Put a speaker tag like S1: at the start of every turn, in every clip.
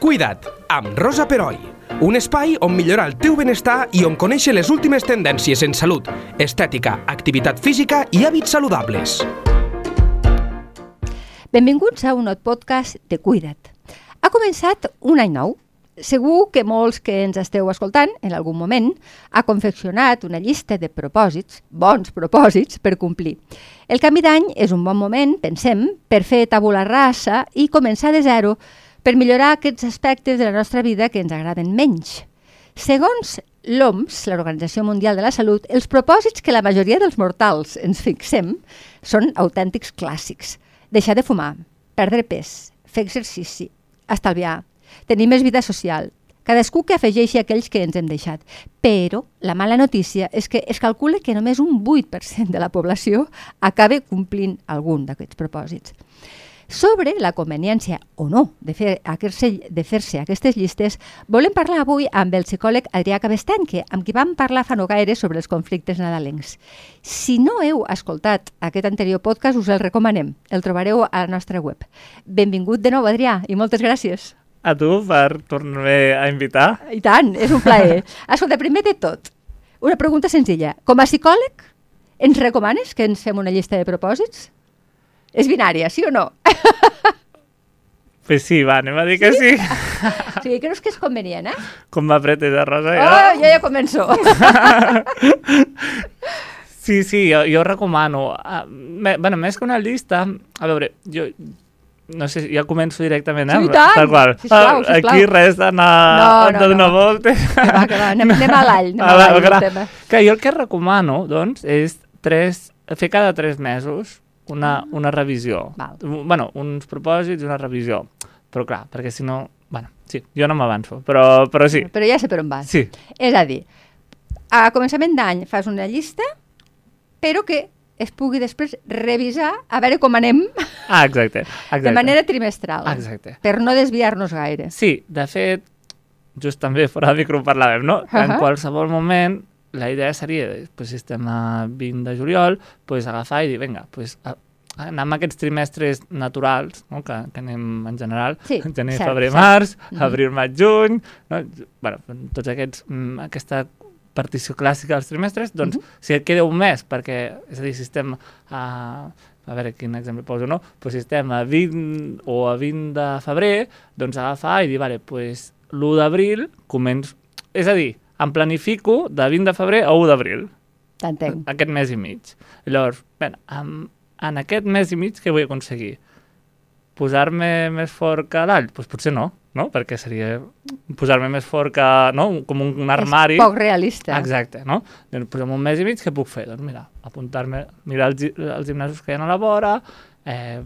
S1: Cuida't, amb Rosa Peroi. Un espai on millorar el teu benestar i on conèixer les últimes tendències en salut, estètica, activitat física i hàbits saludables.
S2: Benvinguts a un nou podcast de Cuida't. Ha començat un any nou. Segur que molts que ens esteu escoltant, en algun moment, ha confeccionat una llista de propòsits, bons propòsits, per complir. El canvi d'any és un bon moment, pensem, per fer tabula rasa i començar de zero per millorar aquests aspectes de la nostra vida que ens agraden menys. Segons l'OMS, l'Organització Mundial de la Salut, els propòsits que la majoria dels mortals ens fixem són autèntics clàssics. Deixar de fumar, perdre pes, fer exercici, estalviar, tenir més vida social, cadascú que afegeixi aquells que ens hem deixat. Però la mala notícia és que es calcula que només un 8% de la població acabe complint algun d'aquests propòsits. Sobre la conveniència o no de fer aquest, de fer-se aquestes llistes, volem parlar avui amb el psicòleg Adrià Cabestanque, amb qui vam parlar fa no gaire sobre els conflictes nadalencs. Si no heu escoltat aquest anterior podcast, us el recomanem. El trobareu a la nostra web. Benvingut de nou, Adrià, i moltes gràcies.
S3: A tu per tornar-me a invitar.
S2: I tant, és un plaer. Escolta, primer de tot, una pregunta senzilla. Com a psicòleg, ens recomanes que ens fem una llista de propòsits? És binària, sí o no?
S3: Pues sí, va, anem a dir que sí.
S2: O sigui, creus que és convenient, eh?
S3: Com va apretes de rosa,
S2: Oh,
S3: ja.
S2: jo ja començo.
S3: Sí, sí, jo, jo recomano. Uh, me, bueno, més que una llista... A veure, jo... No sé, ja començo directament, eh?
S2: Sí, i tant.
S3: Tal qual.
S2: Sisplau,
S3: Ah,
S2: sisplau.
S3: Aquí res d'anar
S2: No, no,
S3: no, no,
S2: no.
S3: no. voltes.
S2: Que va, que va, anem- anem a l'all, anem a
S3: la-
S2: l'all del
S3: gra-
S2: tema.
S3: Ah, Que jo el que recomano, doncs, és tres, fer cada tres mesos una, una revisió.
S2: Val.
S3: Un- bueno, uns propòsits i una revisió. Però clar, perquè si no... Bueno, sí, jo no m'avanço, però, però sí.
S2: Però ja sé per on vas.
S3: Sí,
S2: És a dir, a començament d'any fas una llista, però que es pugui després revisar a veure com anem
S3: ah, exacte. exacte.
S2: de manera trimestral.
S3: Exacte.
S2: Per no desviar-nos gaire.
S3: Sí, de fet, just també fora de micro ho parlàvem, no? Uh -huh.
S2: Ahà.
S3: En qualsevol moment, la idea seria, pues, si estem a 20 de juliol, pues, agafar i dir, vinga, pues, a, anar amb aquests trimestres naturals, no? que, que anem en general,
S2: Sí,
S3: gener,
S2: cert,
S3: febrer,
S2: cert.
S3: març, abril, maig, juny, no? bueno, tots aquests, mm, aquesta partició clàssica dels trimestres, doncs, si et queda un mes, perquè, és a dir, si estem a... A veure quin exemple poso, no? Pues si estem a 20 o a 20 de febrer, doncs agafar i dir, vale, pues l'1 d'abril començo... És a dir, em planifico de 20 de febrer a 1 d'abril
S2: T'entenc.
S3: aquest mes i mig. Llavors, ben, en, en aquest mes i mig què vull aconseguir? Posar-me més fort que l'all? Doncs pues potser no, no? Perquè seria posar-me més fort que... No? Com un armari.
S2: És poc realista.
S3: Exacte, no? Doncs posem un mes i mig, què puc fer? Doncs mira, apuntar-me, mirar els, gi- els gimnasos que hi ha a la vora, eh,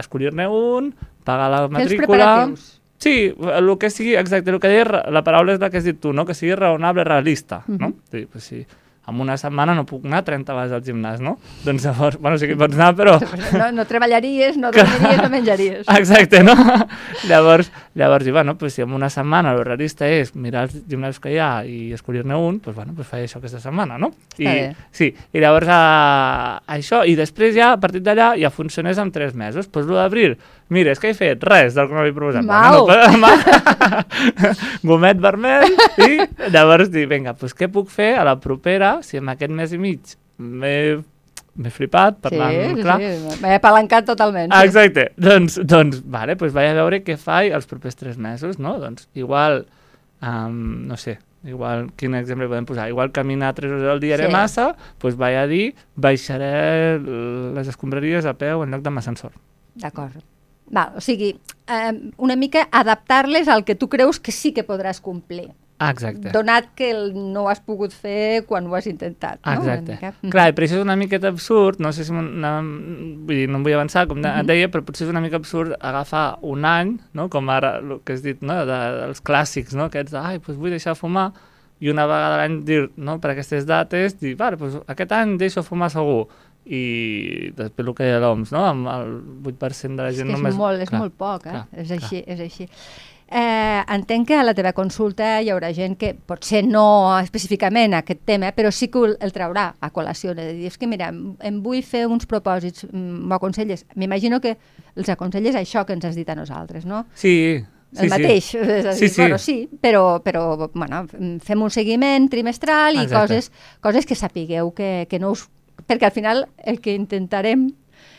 S3: escollir-ne un, pagar la
S2: Fer els
S3: matrícula...
S2: preparatius.
S3: Sí, el que sigui, exacte, el que deies, ra- la paraula és la que has dit tu, no? que sigui raonable, realista, mm -hmm.
S2: Mhm.
S3: no? És a dir, pues sí, en una setmana no puc anar 30 vegades al gimnàs, no? Doncs llavors, bueno, sí que hi pots anar, però...
S2: No, no treballaries, no dormiries, no menjaries.
S3: Exacte, no? llavors, llavors, i bueno, pues, si en una setmana el realista és mirar els gimnasos que hi ha i escollir-ne un, pues, bueno, pues, faré això aquesta setmana, no? I,
S2: Està bé.
S3: sí, i llavors a, això, i després ja, a partir d'allà, ja funcionés en tres mesos. Pues, l'1 d'abril, mira, és que he fet res del que m'havia proposat.
S2: Mau.
S3: Bueno, no, però, gomet vermell, i llavors dir, vinga, pues, què puc fer a la propera, si en aquest mes i mig m'he m'he flipat, parlant
S2: sí,
S3: clar,
S2: Sí, sí, m'he apalancat totalment.
S3: Ah,
S2: sí.
S3: exacte. Doncs, doncs, vale, doncs vaig a veure què faig els propers tres mesos, no? Doncs igual, um, no sé, igual, quin exemple podem posar? Igual caminar tres hores al dia
S2: Sí.
S3: sí. era massa, doncs vaig a dir, baixaré les escombraries a peu en lloc de ascensor.
S2: D'acord. Val, o sigui, eh, una mica adaptar-les al que tu creus que sí que podràs complir,
S3: Ah, exacte.
S2: donat que el- no ho has pogut fer quan ho has intentat, no? Una
S3: Ah, Exacte.
S2: mica.
S3: Clar, i però això és una miqueta absurd, no sé si una, vull dir, no em vull avançar, com de,
S2: Mhm.
S3: et deia, però potser és una mica absurd agafar un any, no? com ara el que has dit, no? de, dels clàssics, no? aquests de, ai, doncs vull deixar de fumar, i una vegada a l'any dir, no? per aquestes dates, dir, vale, doncs aquest any deixo de fumar segur, i després el que deia l'OMS, no? amb el 8% de la
S2: És,
S3: gent
S2: que és,
S3: només...
S2: molt, és
S3: clar,
S2: molt poc, eh?
S3: clar,
S2: és
S3: clar.
S2: així, és així. Eh, entenc que a la teva consulta hi haurà gent que potser no específicament aquest tema, però sí que el- el traurà a col·lació. de dir, és que mira, em em vull fer uns propòsits, mm, m'ho aconselles? M'imagino que els aconselles això que ens has dit a nosaltres, no?
S3: Sí,
S2: el sí, mateix. Sí. És a dir, sí, sí. Bueno, sí, però, però bueno, fem un seguiment trimestral i
S3: Exacte.
S2: coses, coses que sapigueu que, que no us... Perquè al final el que intentarem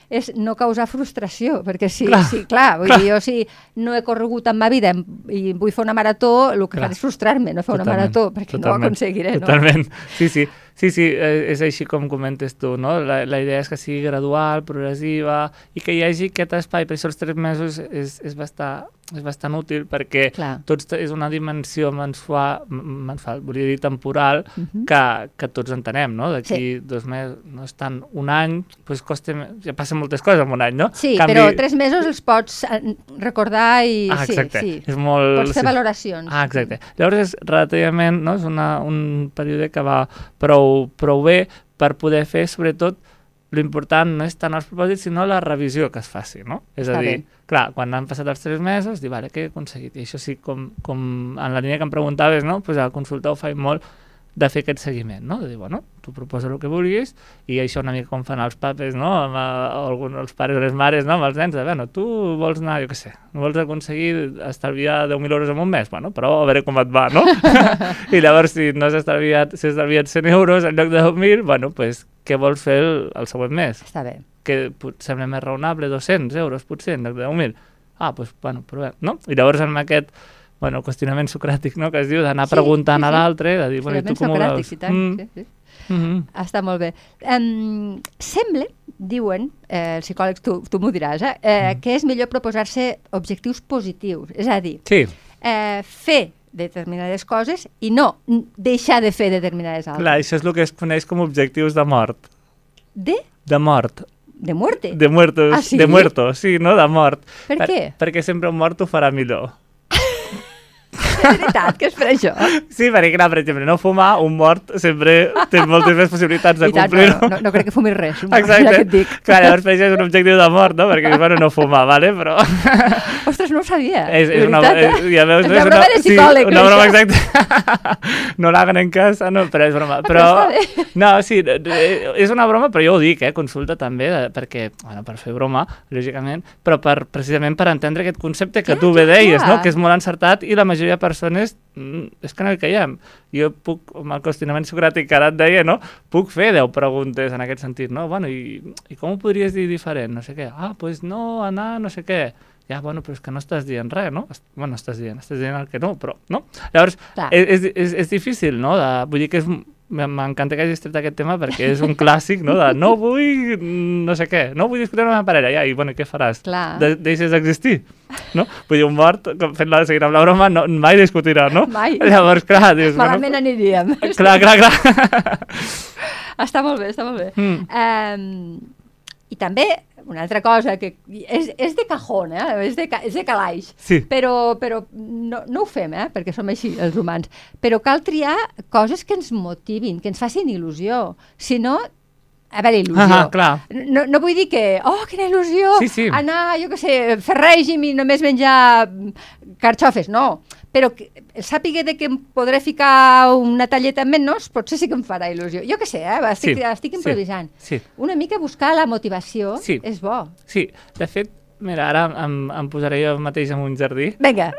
S2: és no causar frustració, perquè si, clar,
S3: Clar,
S2: si, clar, vull
S3: clar.
S2: dir, jo si no he corregut en ma vida i vull fer una marató, el que
S3: Clar.
S2: faré és frustrar-me, no fer una
S3: Totalment,
S2: marató, perquè no ho
S3: totalment,
S2: aconseguiré. No?
S3: Totalment. Sí, sí, sí, sí eh, és així com comentes tu, no? La, la idea és que sigui gradual, progressiva, i que hi hagi aquest espai, per això els tres mesos és, és, bastant, és bastant útil, perquè
S2: Clar.
S3: tots te- és una dimensió mensual, mensual volia dir temporal, uh -huh. que, que tots entenem, no? D'aquí
S2: Mhm. Sí.
S3: sí. dos mesos, no és tant un any, doncs costa, més- ja passen moltes coses en un any, no?
S2: Sí,
S3: En canvi-
S2: però tres mesos els pots eh, recordar i
S3: Ah, exacte.
S2: sí, sí.
S3: És molt...
S2: Pots fer
S3: sí.
S2: valoracions.
S3: Ah, exacte. Llavors és relativament, no? és una, un període que va prou, prou bé per poder fer, sobretot, l'important no és tant els propòsits, sinó la revisió que es faci, no? És a
S2: Està
S3: dir,
S2: bé.
S3: clar, quan han passat els tres mesos, dir, vale, què he aconseguit? I això sí, com, com en la línia que em preguntaves, no? Pues a consultar ho faig molt de fer aquest seguiment, no? De dir, bueno, tu proposa el que vulguis i això una mica com fan els papes, no? Amb, eh, algun, els pares o les mares, no? Amb els nens, de, bueno, tu vols anar, jo què sé, vols aconseguir estalviar 10.000 euros en un mes, bueno, però a veure com et va, no? I llavors, si no has estalviat, si has estalviat 100 euros en lloc de 10.000, bueno, pues, què vols fer el, el següent mes?
S2: Està bé.
S3: que pot, sembla més raonable, 200 euros potser en lloc de 10.000. Ah, doncs, bueno, provem, no? I llavors amb aquest bueno, qüestionament socràtic, no?, que es diu d'anar
S2: Sí,
S3: sí, preguntant
S2: sí,
S3: sí,
S2: sí.
S3: a l'altre, de dir, bueno, i tu
S2: Elements
S3: com ho
S2: socràtics
S3: veus?
S2: i tant.
S3: Mm,
S2: Sí, sí.
S3: mm,
S2: Està molt bé. Um, sembla, diuen, eh, el psicòleg tu, tu m'ho diràs, eh, eh,
S3: Mm.
S2: que és millor proposar-se objectius positius, és a dir,
S3: sí,
S2: eh, fer determinades coses i no n- deixar de fer determinades altres.
S3: clar, això és el que es coneix com objectius de mort.
S2: De,
S3: De mort,
S2: de muerte.
S3: de muertos,
S2: Ah, sí?
S3: de muerto, sí, no? De mort.
S2: Per què?
S3: perquè sempre un mort ho farà millor.
S2: És veritat, que és per això.
S3: Sí, perquè clar, per exemple, no fumar, un mort sempre té moltes més possibilitats de
S2: I tant,
S3: complir-ho.
S2: no, no, no crec que fumis res.
S3: Exacte.
S2: Ja que et dic.
S3: Clar, llavors per això és un objectiu de mort, no? Perquè dius, bueno, no fumar, vale? Però
S2: Ostres, no ho sabia.
S3: és, és una...
S2: Veritat,
S3: És,
S2: eh?
S3: ja veus,
S2: Ens
S3: no?
S2: haurà
S3: una,
S2: d'anar psicòleg,
S3: una
S2: no,
S3: broma
S2: això?
S3: exacta. no l'hagan en casa, no, però és broma. Però,
S2: però està
S3: no, sí, d- d- és una broma, però jo ho dic, eh? Consulta també, de, perquè, bueno, per fer broma, lògicament, però per, precisament per entendre aquest concepte que
S2: Clar,
S3: tu bé
S2: clar,
S3: deies,
S2: clar.
S3: no? Que és molt encertat i la majoria de persones mm, és que no hi caiem. Jo puc, amb el qüestionament socràtic que ara et deia, no? Puc fer 10 preguntes en aquest sentit, no? Bueno, i, i com ho podries dir diferent? No sé què. Ah, doncs pues no, anar, no sé què. Ja, bueno, però és que no estàs dient res, no? Est- Bueno, estàs dient, estàs dient el que no, però, no? Llavors,
S2: Clar.
S3: és, és, és, és difícil, no? De, vull dir que és... un- m- M'encanta que hagis tret aquest tema perquè és un clàssic, no? De no vull mm, no sé què, no vull discutir amb la meva parella, ja, i bueno, què faràs?
S2: Clar.
S3: De, deixes d'existir, no? Vull dir, un mort, com fent la, seguint amb la broma, no, mai discutirà, no?
S2: Mai.
S3: Llavors, clar, dius...
S2: Malament aniríem.
S3: Bueno, clar, clar, clar.
S2: Està molt bé, està molt bé.
S3: Mm.
S2: Mm. I també, una altra cosa, que és, és de cajón, eh? és, de, ca- és de calaix,
S3: Sí.
S2: però, però no, no ho fem, eh? perquè som així, els humans. Però cal triar coses que ens motivin, que ens facin il·lusió. Si no, a veure, il·lusió.
S3: Ah, clar.
S2: No, no vull dir que, oh, quina il·lusió,
S3: Sí, sí.
S2: anar, jo què sé, fer règim i només menjar mm, carxofes, no. Però que, sàpiga de que em podré ficar una talleta menys, potser sí que em farà il·lusió. Jo què sé, eh? estic,
S3: Sí,
S2: estic
S3: sí,
S2: improvisant.
S3: sí.
S2: Una mica buscar la motivació
S3: Sí.
S2: és bo.
S3: Sí, de fet, mira, ara em, em posaré jo mateix en un jardí
S2: Vinga,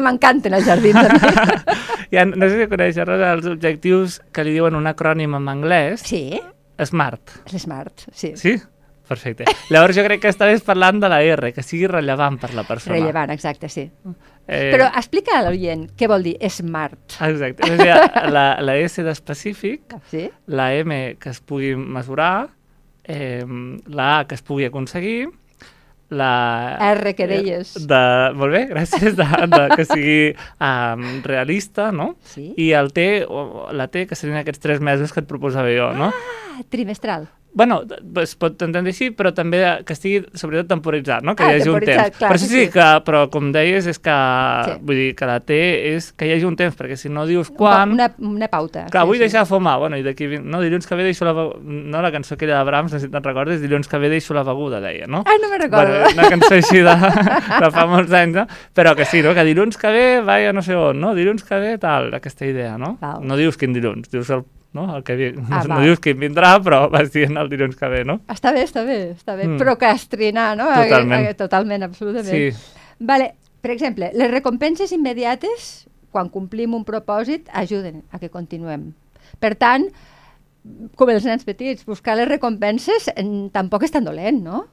S2: m'encanten els jardins. a mi.
S3: Ja, no sé si coneixes Rosa, els objectius que li diuen un acrònim en anglès,
S2: sí,
S3: SMART.
S2: és smart, sí.
S3: Sí? Perfecte. Llavors jo crec que estaves parlant de la R, que sigui rellevant per la persona.
S2: Rellevant, exacte, sí.
S3: Eh,
S2: Però explica a l'oient què vol dir smart.
S3: Exacte. És a dir, la, la S d'específic,
S2: Sí?
S3: la M que es pugui mesurar, eh, la A que es pugui aconseguir, la... eh,
S2: R que deies.
S3: De, molt bé, gràcies, de, de, que sigui um, realista, no?
S2: Sí.
S3: I el T, o o la T, que serien aquests tres mesos que et proposava jo, no?
S2: Ah, trimestral.
S3: Bueno, d- es pot entendre així, però també que estigui sobretot temporitzat, no? Que
S2: Ah,
S3: hi hagi un
S2: temporitzat,
S3: temps.
S2: clar,
S3: per això
S2: sí,
S3: sí,
S2: sí.
S3: que, però com deies, és que,
S2: Sí.
S3: sí. vull dir, que la T és que hi hagi un temps, perquè si no dius quan...
S2: Una, una pauta.
S3: Clar, vull deixar de fumar, bueno, i d'aquí... vint- No, dilluns que ve deixo la... be- No, la cançó aquella de Brahms, no sé si te'n recordes, dilluns que ve deixo la beguda, deia, no?
S2: Ah, no me'n recordo.
S3: Bueno, eh. una cançó així de, de fa molts anys, no? Però que sí, no? Que dilluns que ve vaig a no sé on, no? Dilluns que ve tal, aquesta idea, no?
S2: Val.
S3: No dius quin dilluns, dius el, no? el que vi...
S2: Ah,
S3: Ah, no
S2: val.
S3: dius quin vindrà, però vas dient el dilluns que ve, no?
S2: Està bé, està bé, està bé. Mm.
S3: Mm.
S2: Procrastinar, no?
S3: Totalment.
S2: Eh, eh, Totalment, absolutament.
S3: Sí.
S2: Vale. Per exemple, les recompenses immediates, quan complim un propòsit, ajuden a que continuem. Per tant, com els nens petits, buscar les recompenses en, tampoc és tan dolent, no?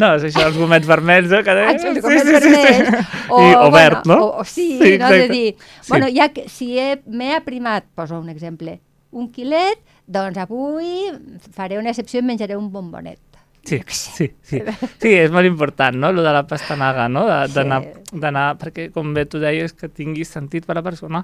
S3: No, és això, els gomets vermells, eh? Que
S2: Ah, sí, sí, sí, sí. O,
S3: I, o
S2: bueno,
S3: verd, no?
S2: O, o sí, sí no? de
S3: exacte.
S2: dir,
S3: Sí.
S2: sí. bueno, ja que, si he- m'he aprimat, poso un exemple, un quilet, doncs avui faré una excepció i menjaré un bombonet.
S3: Sí, sí, sí. sí, és molt important, no?, lo de la pastanaga, no?, De-
S2: Sí.
S3: d'anar, d'anar- perquè, com bé tu deies, que tingui sentit per a la persona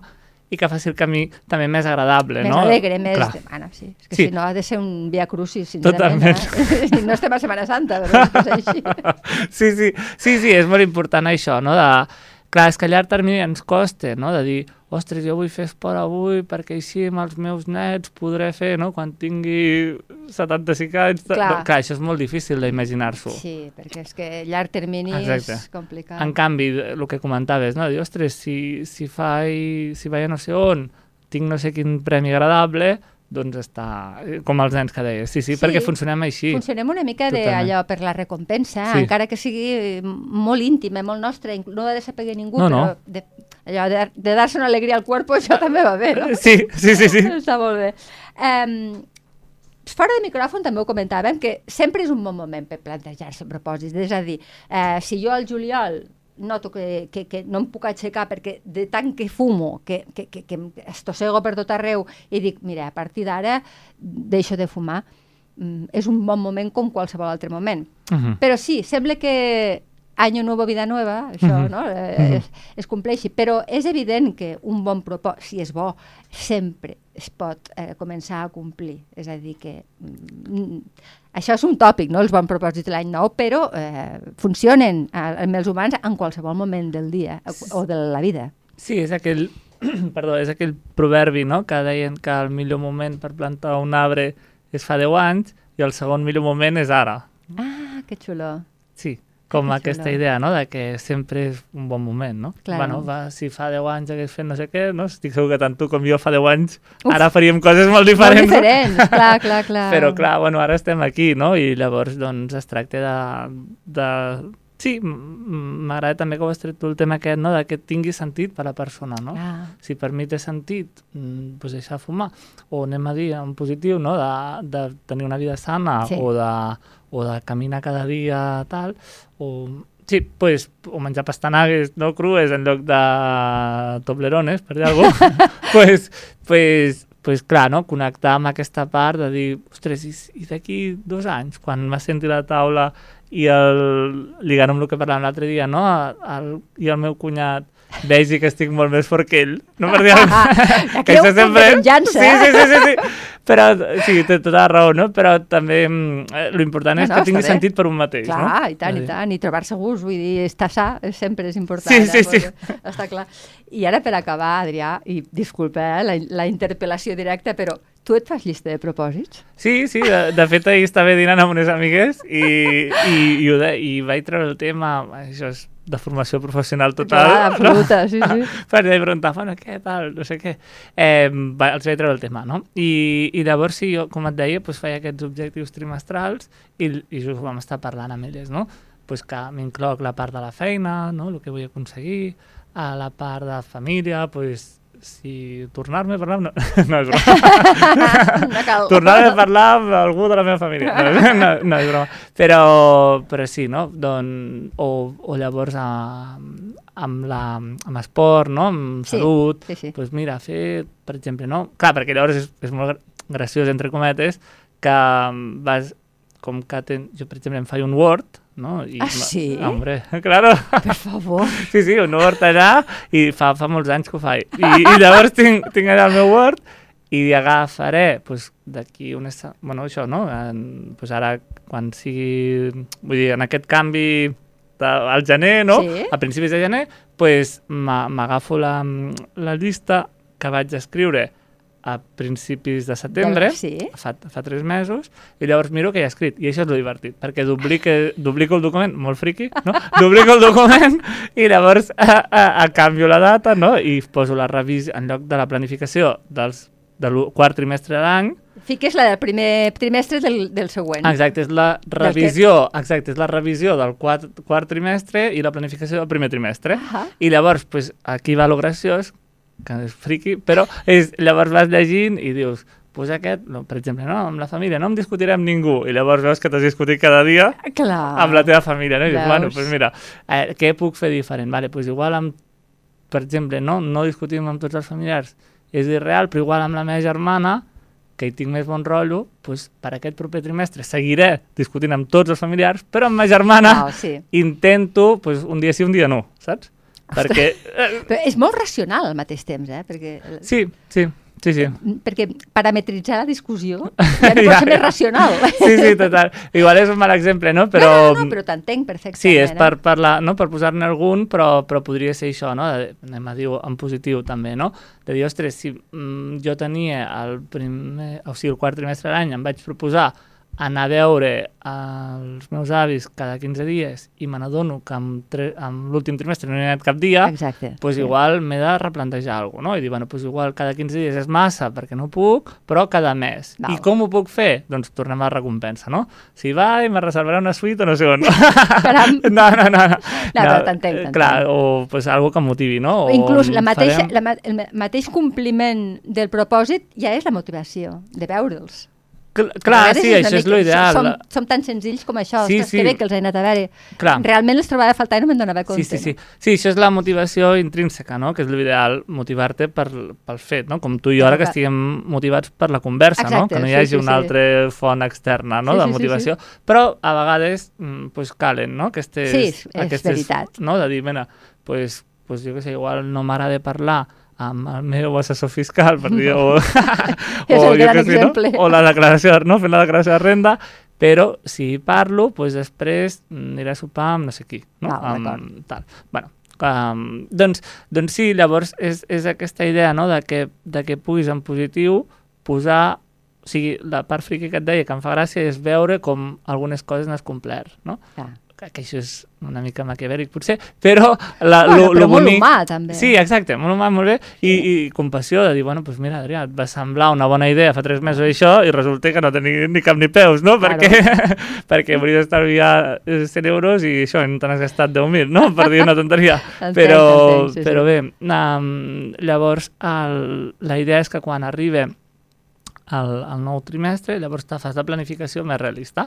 S3: i que faci el camí també més agradable,
S2: Més
S3: no?
S2: alegre, més
S3: Clar.
S2: demana, sí. És que
S3: Sí.
S2: sí. si no ha de ser un via crucis, sincerament.
S3: Totalment.
S2: Eh? no estem a Setmana Santa, però és cosa així.
S3: sí, sí, sí, sí, és molt important això, no? De, clar, és que a llarg termini ens costa, no? De dir, ostres, jo vull fer esport avui perquè així amb els meus nets podré fer, no? Quan tingui 75 anys... de-
S2: Clar.
S3: No, clar això és molt difícil d'imaginar-s'ho.
S2: Sí, perquè és que llarg termini
S3: Exacte.
S2: és complicat.
S3: En canvi, el que comentaves, no? Dir, ostres, si, si faig, si vaig a no sé on, tinc no sé quin premi agradable, doncs està... eh, Com els nens que deies. Sí, sí,
S2: Sí.
S3: perquè funcionem així.
S2: Funcionem una mica de
S3: Totalment.
S2: allò per la recompensa, sí.
S3: Sí.
S2: encara que sigui molt íntima, molt nostra, inclú- no ha de saber ningú,
S3: No,
S2: no,
S3: no.
S2: no. però de, allò de, de dar-se una alegria al cuerpo, això també va bé, no?
S3: Sí, sí, sí, sí.
S2: Està molt bé. Um, fora de micròfon també ho comentàvem, que sempre és un bon moment per plantejar-se propòsits. És a dir, eh, si jo al juliol noto que, que, que no em puc aixecar perquè de tant que fumo, que, que, que, que em estossego per tot arreu i dic, mira, a partir d'ara deixo de fumar, mm, és un bon moment com qualsevol altre moment.
S3: Mhm.
S2: Però sí, sembla que any nuevo, vida nueva, això
S3: Mhm.
S2: no? eh,
S3: Mhm.
S2: es, es compleixi. Però és evident que un bon propòsit, si és bo, sempre es pot eh, començar a complir. És a dir que... Mm, això és un tòpic, no?, els bons propòsits de l'any nou, però eh, funcionen a- amb els humans en qualsevol moment del dia eh, o de la vida.
S3: Sí, és aquell, perdó, és aquell proverbi no? que deien que el millor moment per plantar un arbre és fa 10 anys i el segon millor moment és ara.
S2: Ah, que xulo.
S3: Sí, com
S2: Que
S3: aquesta
S2: xulo.
S3: idea no? de que sempre és un bon moment, no?
S2: Claro.
S3: Bueno, va, si fa 10 anys hagués fet no sé què, no? estic segur que tant tu com jo fa 10 anys Uf, ara faríem coses molt diferents.
S2: Molt diferents, clar, clar, clar.
S3: Però clar, bueno, ara estem aquí, no? I llavors, doncs, es tracta de... de... Sí, m- m- m'agrada també que ho has tret tu el tema aquest, no? De que tingui sentit per a la persona, no?
S2: Clar.
S3: si per mi té sentit mm, pues deixar de fumar, o anem a dir en positiu, no? de, de tenir una vida sana
S2: Sí.
S3: o, de, o de caminar cada dia tal, o, sí, pues, o menjar pastanagues no crues en lloc de toblerones, per dir alguna cosa, pues, pues, pues, clar, no? connectar amb aquesta part de dir, ostres, i, i d'aquí dos anys, quan va sentir la taula i el, lligant amb el que parlàvem l'altre dia, no? El, I el meu cunyat vegi que estic molt més fort que ell. No per dir
S2: Ah, creu que venjança,
S3: Sí, sí,
S2: eh?
S3: sí, sí, sí. Però, sí, té tota la raó, no? Però també mm, l'important
S2: No,
S3: és
S2: no,
S3: que
S2: està
S3: tingui
S2: bé.
S3: sentit per un mateix,
S2: Clar,
S3: no?
S2: i tant,
S3: És a
S2: i
S3: dir,
S2: tant, i trobar-se a gust, vull dir, estar sa eh, sempre és important.
S3: Sí, sí, sí.
S2: perquè Està clar. I ara per acabar, Adrià, i disculpa eh, la, la interpel·lació directa, però tu et fas llista de propòsits?
S3: Sí, sí, de, de fet ahir estava dinant amb unes amigues i, i, i, ho de, i vaig treure el tema, això és de formació professional total.
S2: Clar, absoluta, Ah, sí, sí.
S3: Per li preguntar, bueno, què tal, no sé què. Eh, va, els vaig treure el tema, no? I, i llavors, sí, jo, com et deia, doncs, feia aquests objectius trimestrals i, i just ho vam estar parlant amb elles, no? Pues que m'incloc la part de la feina, no? el que vull aconseguir, a la part de família, pues, si tornar-me a parlar... amb- No, no és broma.
S2: No cal.
S3: Tornar a parlar amb algú de la meva família. No, no, no és broma. Però, però sí, no? Don, o, o llavors amb, amb, la, amb esport, no? amb
S2: Sí,
S3: salut,
S2: sí, sí.
S3: Pues mira, fer, per exemple, no? Clar, perquè llavors és, és molt gra- graciós, entre cometes, que mm, vas, com que ten, jo, per exemple, em faig un Word, no? I
S2: Ah,
S3: ma-
S2: sí?
S3: Hombre, claro.
S2: Per favor.
S3: Sí, sí, un Word allà i fa, fa molts anys que ho faig. I, i llavors tinc, tinc allà el meu Word i agafaré pues, d'aquí unes... se- Bueno, això, no? En, pues ara, quan sigui... Vull dir, en aquest canvi de- al gener, no?
S2: Sí.
S3: A principis de gener, pues, m'a- m'agafo la, la llista que vaig escriure a principis de setembre,
S2: Del- sí.
S3: fa, fa tres mesos, i llavors miro que hi ha escrit. I això és lo divertit, perquè duplique, duplico el document, molt friqui, no? duplico el document i llavors a, a, a canvio la data no? i poso la revisió en lloc de la planificació dels, del quart trimestre de l'any,
S2: Fiques la del primer trimestre del, del següent.
S3: Exacte, és la revisió, exacte, és la revisió del quart, quart trimestre i la planificació del primer trimestre.
S2: Ahà.
S3: I llavors, pues, aquí va lo graciós, que és friqui, però és, llavors vas llegint i dius, pues aquest, no, per exemple, no, amb la família, no em discutiré amb ningú. I llavors veus que t'has discutit cada dia
S2: Ah, Clar.
S3: amb la teva família, no? I dius,
S2: Veus?
S3: bueno, pues mira, eh, què puc fer diferent? Vale, pues igual amb, per exemple, no, no discutim amb tots els familiars, és irreal, però igual amb la meva germana, que hi tinc més bon rotllo, pues, per aquest proper trimestre seguiré discutint amb tots els familiars, però amb ma germana
S2: Ah, sí.
S3: intento pues, un dia sí, un dia no, saps? Perquè... Eh,
S2: Però és molt racional al mateix temps, eh? Perquè,
S3: sí, sí, sí, sí.
S2: perquè parametritzar la discussió ja no pot ser més racional.
S3: Sí, sí, total. Igual és un mal exemple, no? Però...
S2: No, no, no, però t'entenc perfectament.
S3: Sí, és
S2: eh?
S3: per, per, la, no? per posar-ne algun, però, però podria ser això, no? De- anem a dir en positiu també, no? De dir, ostres, si mm, jo tenia el, primer, o sigui, el quart trimestre de l'any, em vaig proposar anar a veure els meus avis cada 15 dies i me n'adono que amb, tre- amb l'últim trimestre no he anat cap dia,
S2: Exacte.
S3: pues
S2: sí.
S3: igual m'he de replantejar alguna cosa, no? I dir, bueno, pues igual cada 15 dies és massa perquè no puc, però cada mes.
S2: Val.
S3: I com ho puc fer? Doncs tornem a la recompensa, no? Si va i me reservarà una suite o no sé on. no,
S2: Caram.
S3: no, no. No, eh,
S2: però t'entenc, t'entenc.
S3: Clar, o pues, algo que em motivi, no?
S2: O
S3: O
S2: inclús la
S3: em
S2: mateixa,
S3: farem-
S2: la, ma- el ma- mateix compliment del propòsit ja és la motivació de veure'ls.
S3: Cl-
S2: A
S3: Clar,
S2: vegades
S3: sí,
S2: una
S3: això és
S2: mica-
S3: l'ideal.
S2: Som,
S3: la-
S2: som tan senzills com això,
S3: Sí,
S2: sí, ostres,
S3: sí.
S2: que bé que els he anat a veure.
S3: Clar.
S2: Realment els trobava a faltar i no me'n donava compte.
S3: Sí, sí, sí. sí, això és la motivació intrínseca, no? que és l'ideal, motivar-te per, pel fet, no? com tu i jo ara que
S2: Clar.
S3: estiguem motivats per la conversa, no?
S2: Exacte,
S3: que no hi
S2: sí,
S3: hagi
S2: sí,
S3: una
S2: sí.
S3: altra font externa no?
S2: Sí,
S3: de
S2: sí, sí,
S3: motivació, però a vegades mm, pues calen no? aquestes,
S2: Sí, és- és
S3: aquestes,
S2: veritat.
S3: No? de dir, mena, pues, pues jo que sé, igual no m'agrada parlar amb el meu assessor fiscal, per dir, o,
S2: És el
S3: o, jo
S2: gran
S3: que sé, no?
S2: exemple.
S3: o la declaració, no? fent la declaració de renda, però si hi parlo, doncs després aniré a sopar amb no sé qui, no?
S2: Val,
S3: amb, tal. Bueno, um, doncs, doncs sí, llavors és, és aquesta idea no? de, que, de que puguis en positiu posar o sigui, la part friqui que et deia que em fa gràcia és veure com algunes coses n'has complert, no?
S2: Clar.
S3: Que, que això és una mica maquiavèric, potser, però... La,
S2: Bueno,
S3: lo,
S2: però
S3: lo
S2: molt
S3: bonic...
S2: humà, també.
S3: Sí, exacte, molt humà, molt bé, i, i compassió, de dir, bueno, doncs mira, Adrià, et va semblar una bona idea fa tres mesos això i resulta que no tenia ni cap ni peus, no?
S2: Claro.
S3: Perquè, perquè volies estalviar eh, 100 euros i això, no te n'has gastat 10.000, no? Per dir una tonteria.
S2: T'entenc,
S3: però,
S2: t'entenc, sí, sí.
S3: però bé, um, llavors el, la idea és que quan arriba el, el nou trimestre, llavors te fas la planificació més realista.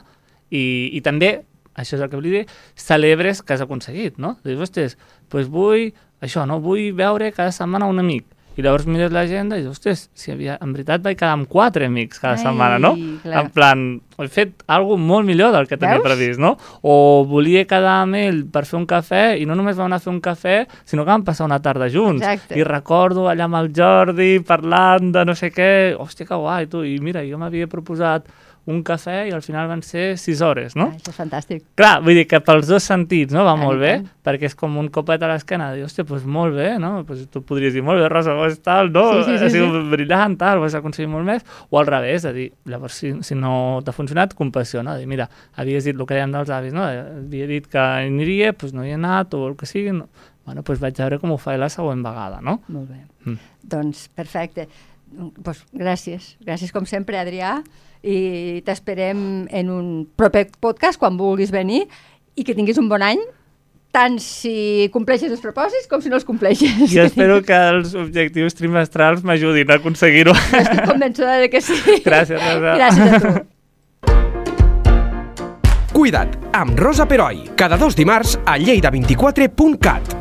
S3: I, i també, això és el que volia dir, celebres que has aconseguit, no? Dius, ostres, doncs vull això, no? Vull veure cada setmana un amic. I llavors mires l'agenda i dius, ostres, si havia, en veritat vaig quedar amb quatre amics cada
S2: Ai,
S3: setmana, no?
S2: clar.
S3: En plan, he fet alguna molt millor del que tenia
S2: Veus?
S3: previst, no? O volia quedar amb ell per fer un cafè i no només vam anar a fer un cafè, sinó que vam passar una tarda junts.
S2: Exacte.
S3: I recordo allà amb el Jordi parlant de no sé què, hòstia, que guai, tu, i mira, jo m'havia proposat un cafè i al final van ser 6 hores, no?
S2: Ah, això és fantàstic.
S3: Clar, vull dir que pels dos sentits, no? Va
S2: Tant i
S3: molt bé,
S2: tant.
S3: perquè és com un copet a l'esquena, de dir, hòstia, doncs molt bé, no? Pues tu podries dir, molt bé, Rosa, pues tal, no?
S2: Sí, sí, sí,
S3: ha sigut
S2: sí.
S3: brillant, tal, ho has aconseguit molt més. O al revés, de dir, llavors, si, si no t'ha funcionat, compassió, no? De dir, mira, havies dit el que dèiem dels avis, no? Eh, Havia dit que aniria, doncs no hi he anat, o el que sigui, no? Bueno, doncs vaig a veure com ho faré la següent vegada, no?
S2: Molt bé.
S3: Mm.
S2: Doncs perfecte. Mm, Pues, gràcies. Gràcies com sempre, Adrià. I t'esperem en un proper podcast quan vulguis venir i que tinguis un bon any tant si compleixes els propòsits com si no els compleixes.
S3: Jo espero que els objectius trimestrals m'ajudin a aconseguir-ho.
S2: Estic convençuda de que sí.
S3: Gràcies, Rosa.
S2: Gràcies a tu.
S1: Cuida't amb Rosa Peroi, cada dos dimarts a lleida24.cat.